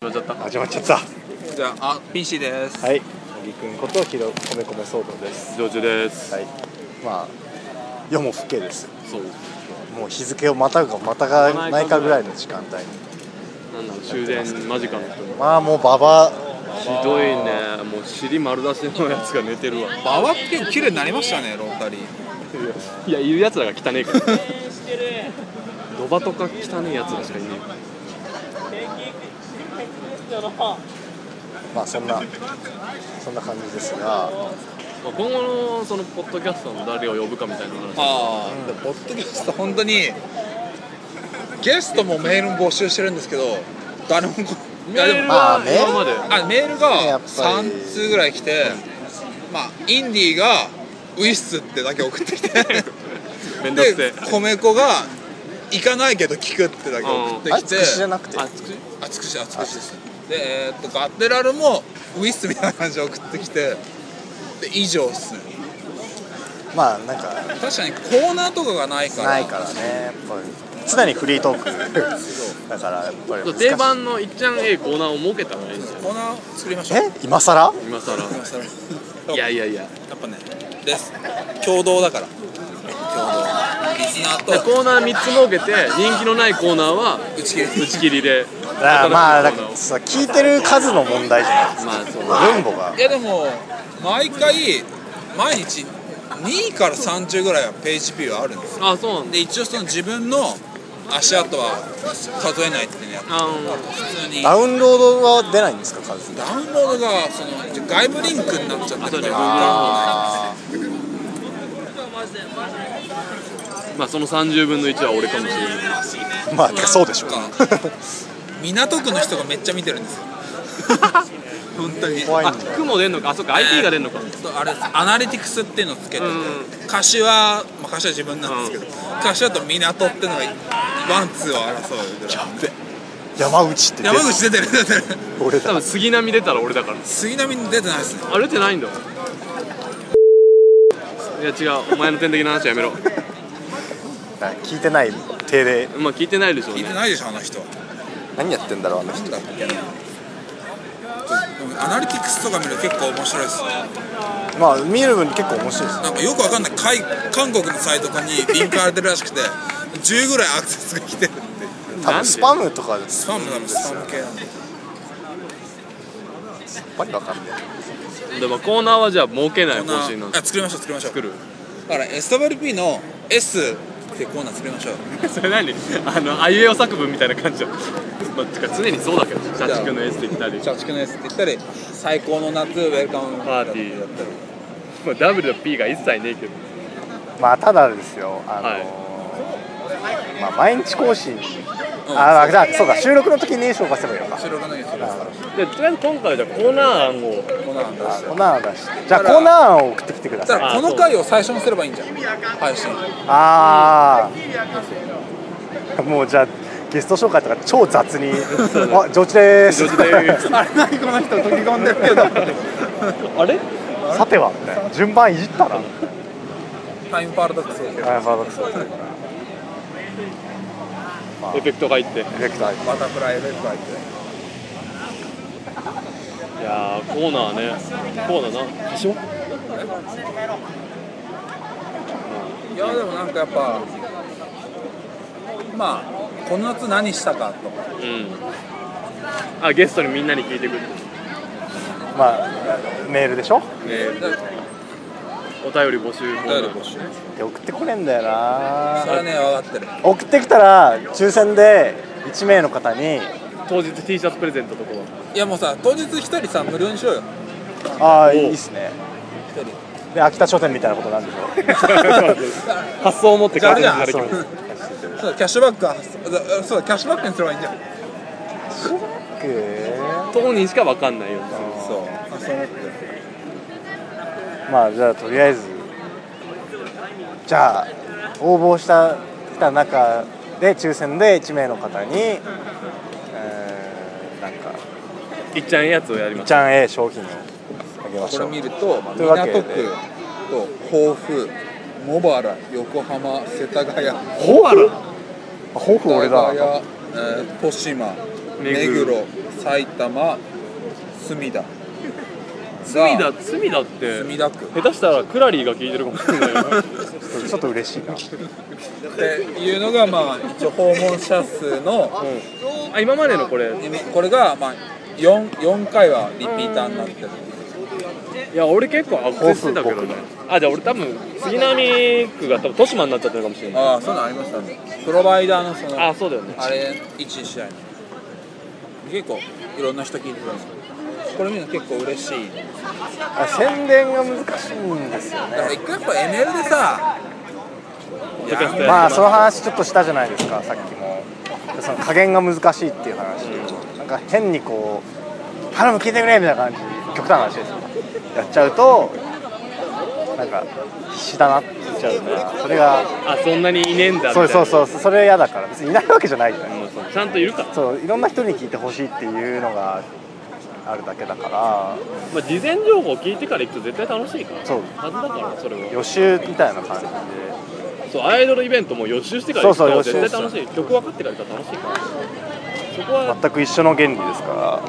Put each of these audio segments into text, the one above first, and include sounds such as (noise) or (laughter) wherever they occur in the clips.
始まっちゃったじゃあ、あ、ピンシーです。はい小木君ことひろ米米騒動です上中です、はいまあ夜も更けですよそうもう日付をまたぐかまたがないかぐらいの時間帯になんだろう終電間近の人ひまあもうババどいねもう尻丸出しのやつが寝てるわバワって綺麗になりましたね、ロータリー。いやいるやつらが汚ねえからドバとか汚ねえやつらしかいねまあそんなそんな感じですがえ、まあ、今後のそのポッドキャストの誰を呼ぶかみたいな話ああ、ポッドキャスト本当に。ゲストもメール募集してるんですけど。誰もこ。いや、でも、まあはね今まであ、メールねやっがぱり三通ぐらい来て。まあ、インディーが。ウィッスってだけ送ってきて。面倒くせでえ、米粉が。行かないけど、聞くってだけ送ってあれきつて。くしじゃなくてあつくあつくしあつくしですでえーっとガッテラルもウィスみたいな感じで送ってきてで以上っすねまあなんか確かにコーナーとかがないからないからねやっぱり常にフリートークだからやっぱり難しい定番のいっちゃん A コーナーを設けたらいいんだよコーナー作りましょうえ今さら今更今更やいやいやいやっぱねです共同だから共同リスナーコとーナー3つ設けて人気のないコーナーは打ち切り打ち切りでだからまあだ新しいコーかナーらをさ聞いてる数の問題じゃないですまあそうか分母がいやでも毎回毎日2から30ぐらいはページビューあるんですよあそうなんだで一応その自分の足跡は数えないっていうのやってあの普通にダウンロードは出ないんですか数ダウンロードがその外部リンクになっちゃってるからあまあその30分の1は俺かもしれないーまあてかそうでしょうなん港区の人がめっちゃ見てるんですよ本当 (laughs) に怖いあんだよ雲出んのかあそっか IT が出んのかそうあれアナリティクスっていうのをつけてて、う柏、まあ、柏自分なんですけど、柏と港っていうのがワンツーを争うぐらい山口って出て山口出てる出てる俺多だ分杉並出たら俺だから杉並に出てないですねあれ出てないんだいや違うお前の点的な話やめろ (laughs) 聞いてない手でまあ聞いてないでしょう聞いねてないでしょあの人は何やってんだろうあのな人んだっけアナリティクスとか見ると結構面白いですねまあ見る分結構面白いですなんかよくわかんない海韓国のサイトとかにリンク貼れてるらしくて10ぐらいアクセスが来てるって多なん分でスパムとかですスパムなのスパム系なんでやっぱりわかんないでもコーナーはじゃあ設けないコー方ナ針なんーですあ作りましょう作りましょう作る (laughs) だから SWP の S ってコーナー作りましょうそれ何 (laughs) あのあゆえお作文みたいな感じだ (laughs) まあてか常にそうだけど社畜のエースできたり、社畜の S って言ったり最高の夏ウェルカムパーティーだったりまあ、W と P が一切ねえけどまあただですよあのーはいまあ毎日更新うんああだからそうだ収録の時に紹介すればいいのか収録の時にするでとりあえず今回はじゃあコーナー案をコーナーなんだあコーナーを出してじゃあコーナー案を送ってきてくだださかいらこの回を最初にすればいいんじゃん配信ああもうじゃあゲスト紹介とか超雑 (laughs) に「あ上智です」上智であれ何この人溶け込んでるけどあれさてはみたいな順番いじったなタイムパラドックスだけどあまあそうそうエフェクトが入っていディレクターバタフライエフェクト入ってやーコーナーねコーナーなでしょいやでもなんかやっぱまあこの夏何したかとかうんあゲストにみんなに聞いてくるまあメールでしょねお便り募集コーナー集で送ってこねえんだよそれはなね分かってる送ってきたら抽選で1名の方に当日 T シャツプレゼントと (laughs) かはいやもうさ当日一人さ無料にしようよああおういいっすね一人で秋田書店みたいなことなんでしょ発想を持ってじゃあにあできれじそゃうるですそうだキャッシュバックはだそうだキャッシュバックにすればいいんじゃんへー当人しかわかんないよそうあそう思ってまあじゃあとりあえずじゃあ応募した来た中で抽選で1名の方にえーなんかいっちゃんやつをやりいっますちゃん A 商品をあげましこょれう見るとというわけで港区と甲府茂原横浜世田谷 (laughs) ほわら抱負俺だ世田谷えー豊島目目黒黒埼玉墨 (laughs) 田隅田隅田っがて墨田区下手したらクラリーが聞いてるかもしれないよ (laughs) ちょっとちょっと嬉しいなっていうのがまあ一応訪問者数のあ今までのこれこれがまあ 4, 4回はリピーターになってるいや俺結構アクセスしてたけどねあじゃあ俺多分杉並区が多分豊島になっちゃってるかもしれないああそういうのありましたねプロバイダーのそのあそうだよねあれ1試合の結構いろんな人聞いてたんですけどこれ見るの結構嬉しいあ宣伝が難しいんですよだからね一回やっぱ NL でさポッドキャストやってまあそのま話ちょっとしたじゃないですかさっきもその加減が難しいっていう話なんか変にこう頼む聞いてくれみたいな感じ極端な話ですよやっちゃうとなんか必死だなって言っちゃうからそれがあそんなにいねえんだみたいなそうそうそうそれ嫌だから別にいないわけじゃないじゃないもうそうちゃんといるかそういろんな人に聞いてほしいっていうのがあるだけだかまあ、事前情報を聞いてから行くと絶対楽しいかららそうはずだからそれは予習みたいな感じでそうアイドルイベントも予習してから行くそうそうと予習絶対楽しい曲分かってから行ったら楽しいからそこは全く一緒の原理ですか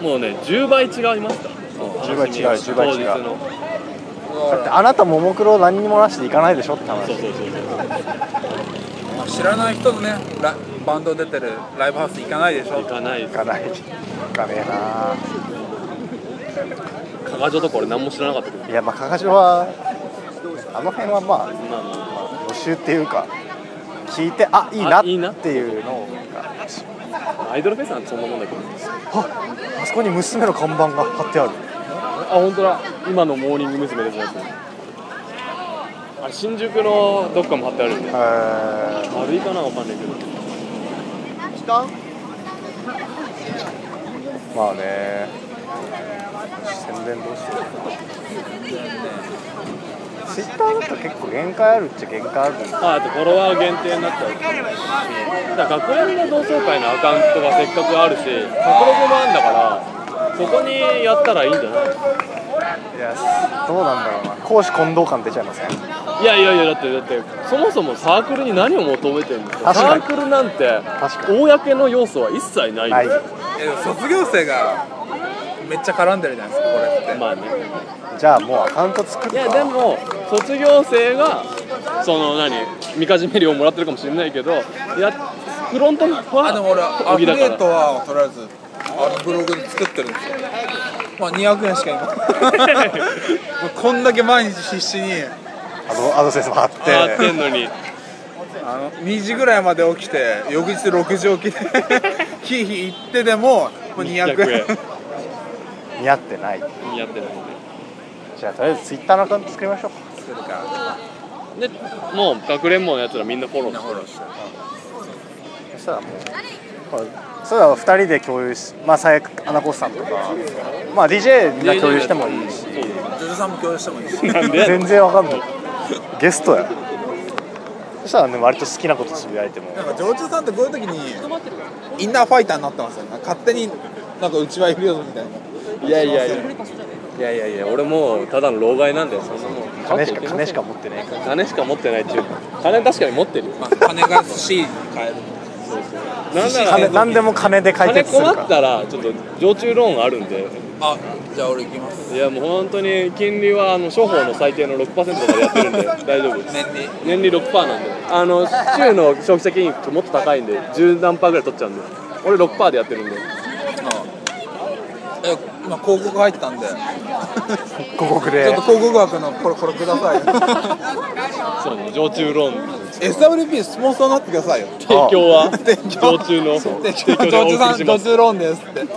らもうね10倍違いました10倍違う10倍違う当日のだってあなたももクロ何にもなしで行かないでしょって話そうそうそうそうまあ知らない人のねラバンド出てるライブハウス行かないでしょ行かない行かない行かねえな加賀城とか俺何も知らなかったけどいやまあ加賀城はあの辺はまあまあまあまあ予習っていうか聞いてあいいなあいいなっていうのをなんかアイドルフェスなんてそんなもんだけどああそこに娘の看板が貼ってあるあ本当だ今のモーニング娘。ですねあれ新宿のどっかも貼ってあるよねえ丸いかなわかんないけどー、まあね宣伝どうしようツイッターだと結構限界あるっちゃ限界あるんですああとフォロワー限定になっちゃうしだから学園の同窓会のアカウントがせっかくあるし106もあるんだからそこにやったらいいんじゃないいやどうなんだろうな公私混同感出ちゃいませんいやいやいやだってだってそもそもサークルに何を求めてるんですか確サかーにクルなんて確かに公の要素は一切ないんはだいよ、えでも卒業生がめっちゃ絡んでるじゃないですかこれって、まあねじゃあもうアカウント作いるかやでも卒業生がその何みかじめ料をもらってるかもしれないけどやフロントはあでも俺ア小フ木だリエかイらトはとりあえずあのブログで作ってるんですよまあ200円しか今 (laughs) (laughs) こんだけ毎日必死にアドアドセンスも貼って回ってんのにあの2時ぐらいまで起きて翌日6時起きで (laughs) ひいひい行ってでももう200 200円円似合ってないやってないんでじゃあとりあえずツイッターのアカウント作りましょうするかでもう学連網のやつらみんなフォロみんーなしフォローしてそしたらもうこれそれは2人で共有しまあ最悪アナコスさんとかまあ DJ みんな共有してもいいしそうだジョジョさんも共有してもいいし (laughs) なんで全然わかんないゲストやそしたらね割と好きなことつぶやいてもなんか常駐さんってこういう時にインナーファイターになってますよね勝手になんかうちはいるよみたいないいやいやいやいやいやいや俺もうただの老害なんだよそんなもん金しか金しか持ってねえか金しか持ってないっていうか金確かに持ってるよまあ、金が寿司に変えるなんなら金ら何でも金で解金決する困かったらちょっと常駐ローンあるんであじゃあ俺行きますいやもう本当に金利はあの処方の最低の6%までやってるんで大丈夫です年に年利6%なんであの州の消費者金額もっと高いんで10何パーぐらい取っちゃうんで俺6%でやってるんでえ今広告入ったんでち広告ょっでと広告枠のこれこれくださいよ (laughs) そうね常駐ローン SWP スポンサーになってく (laughs) ださいよ提供は提常供駐ので提常供でお駐送さりんしま常す駐ローンですって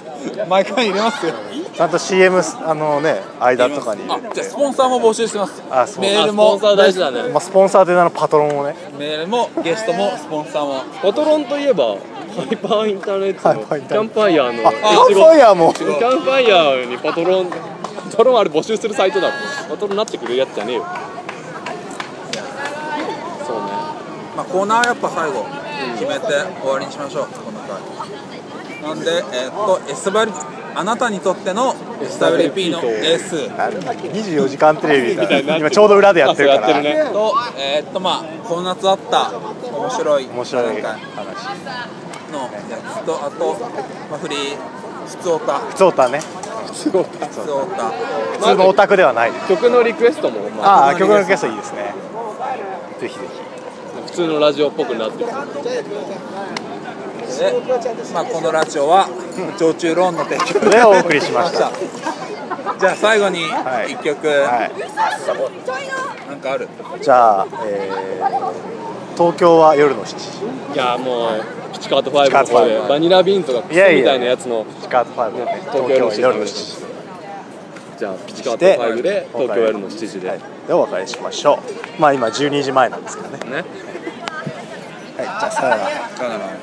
毎回入れますよちゃんと CM あのね間とかに入れあじゃあスポンサーも募集してますあそうメールあスポもンサー大事だねてまあスポンサーでなのパトロンをねメールもゲストもスポンサーもパトロンといえばハイパーインターネットのキハイパーインャターネットンプファイヤーのあいキャンちプごファイヤーもキャンプファイヤーにパトロンパトロンあれ募集するサイトだろパトロンなってくれるやつじゃねえよそうねまあ、コーナーはやっぱ最後決めて終わりにしましょうこの回なんでえーっと SW あなたにとっての SWP のエースあれ24時間テレビみたいな今今ちょうど裏でやってるからやってるねとえーっとまあこの夏あった面白い面白いなんか話のやつとあと、まあ、フリー普通オタ普通オタねすごい普通オタ普通のオタクではないです曲のリクエストも、まあ、ああ曲のリクエストいいですねぜひぜひ普通のラジオっぽくなってるで、まあ、このラジオ (laughs) は常駐ローンの提供でお送りしま (laughs) したじゃあ最後にはい1曲、はなんかあるいじゃあ、えー東京は夜の7時いやもうピチカート5の方ピチカートフでァイブバニラビーンとかクソみいやいやたいなやつのスカート5のね東東京京夜の7は時夜の7時じゃあピチカート5で東京やるの7時で、はい、でお別れしましょうまあ今12時前なんですけどねねはいじゃあさよならだから